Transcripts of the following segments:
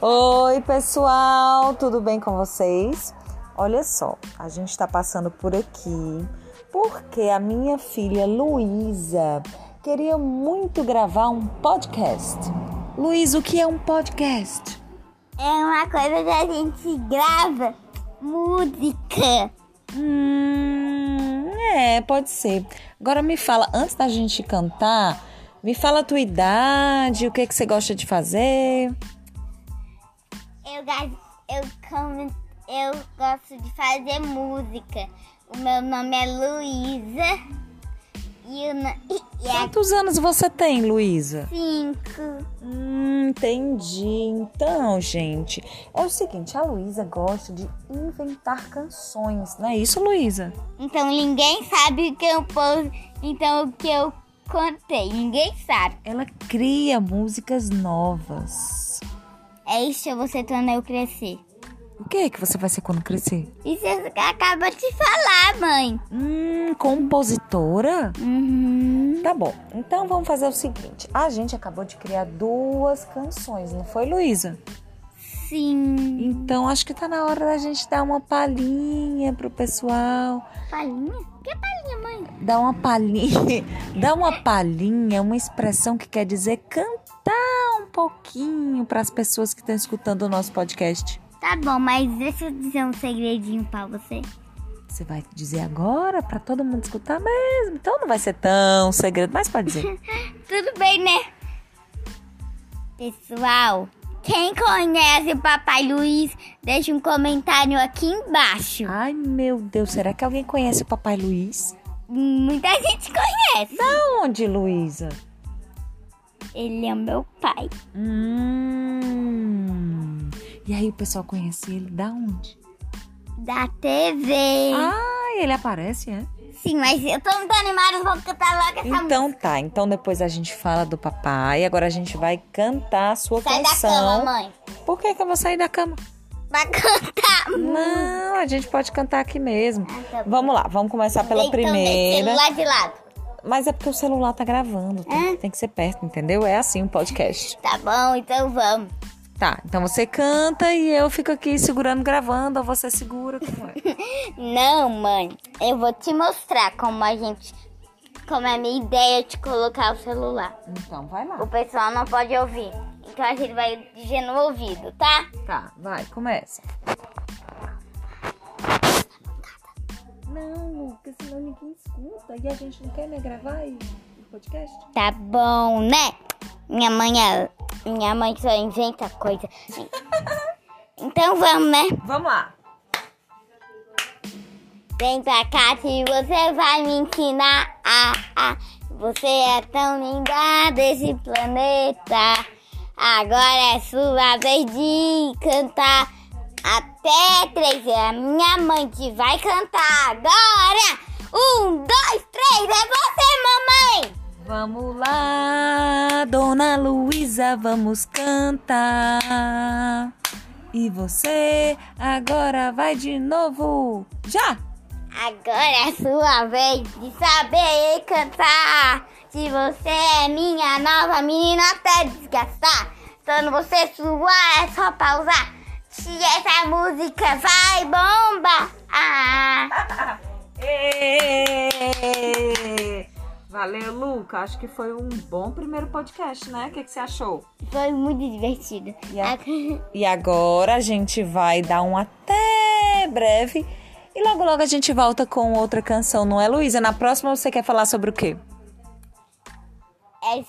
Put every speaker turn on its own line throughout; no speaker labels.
Oi, pessoal, tudo bem com vocês? Olha só, a gente está passando por aqui porque a minha filha Luísa queria muito gravar um podcast. Luísa, o que é um podcast?
É uma coisa que a gente grava música.
Hum, é, pode ser. Agora me fala, antes da gente cantar, me fala a tua idade, o que, é que você gosta de fazer.
Eu, ga- eu, come- eu gosto de fazer música. O meu nome é Luísa. E, o na- e é
Quantos anos você tem, Luísa?
cinco.
Hum, entendi. Então, gente, é o seguinte, a Luísa gosta de inventar canções, não é isso, Luísa?
Então ninguém sabe o que eu pôs. Então o que eu contei. Ninguém sabe.
Ela cria músicas novas.
É isso que você torna eu crescer.
O que é que você vai ser quando crescer?
Isso eu acaba de falar, mãe.
Hum, compositora?
Uhum.
Tá bom. Então vamos fazer o seguinte, a gente acabou de criar duas canções, não foi, Luísa?
Sim.
Então acho que tá na hora da gente dar uma palhinha pro pessoal.
Palhinha? Que palhinha, mãe?
Dá uma palhinha, dá uma palhinha, uma expressão que quer dizer cantar um pouquinho para as pessoas que estão escutando o nosso podcast.
Tá bom, mas deixa eu dizer um segredinho pra você.
Você vai dizer agora para todo mundo escutar mesmo. Então não vai ser tão segredo, mas pode dizer.
Tudo bem, né? Pessoal, quem conhece o Papai Luiz, deixa um comentário aqui embaixo.
Ai, meu Deus, será que alguém conhece o Papai Luiz?
Muita gente conhece.
Onde, Luísa?
Ele é meu pai.
Hum. E aí o pessoal conhece ele da onde?
Da TV.
Ah, ele aparece, é?
Sim, mas eu tô muito animada, eu vou cantar logo essa música.
Então tá, então depois a gente fala do papai, agora a gente vai cantar a sua
Sai da
canção.
cama, mãe.
Por que, que eu vou sair da cama?
Vai cantar.
Não, a gente pode cantar aqui mesmo.
Ah, tá bom.
Vamos lá, vamos começar pela
Então, deixa o
primeira.
celular de lado.
Mas é porque o celular tá gravando, tem, tem que ser perto, entendeu? É assim o podcast.
Tá bom, então vamos.
Tá, então você canta e eu fico aqui segurando, gravando, ou você segura, como é?
Não, mãe. Eu vou te mostrar como a gente. Como é a minha ideia de colocar o celular.
Então vai
O
lá.
pessoal não pode ouvir. Então a gente vai dizer no ouvido, tá?
Tá, vai, começa. Não, Lucas, senão ninguém escuta e a gente não quer nem gravar o podcast.
Tá bom, né? Minha mãe é. Minha mãe só inventa coisa. Então vamos, né?
Vamos lá.
Vem pra cá que você vai me ensinar. Ah, ah, você é tão linda desse planeta. Agora é sua vez de cantar. Até três, é a minha mãe que vai cantar agora. Um, dois, três, é você, mamãe.
Vamos lá, Dona Luísa, vamos cantar. E você agora vai de novo. Já!
Agora é sua vez de saber cantar. Se você é minha nova menina até desgastar. Quando você suar é só pausar. Se essa música vai bomba. Ah,
Ê! Valeu, Luca. Acho que foi um bom primeiro podcast, né? O que, que você achou?
foi muito divertido.
Yeah. E agora a gente vai dar um até breve. E logo, logo a gente volta com outra canção, não é, Luísa? Na próxima você quer falar sobre o quê?
É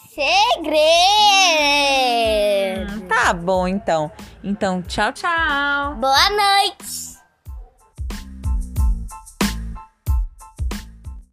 segredo.
Tá bom, então. Então, tchau, tchau.
Boa noite.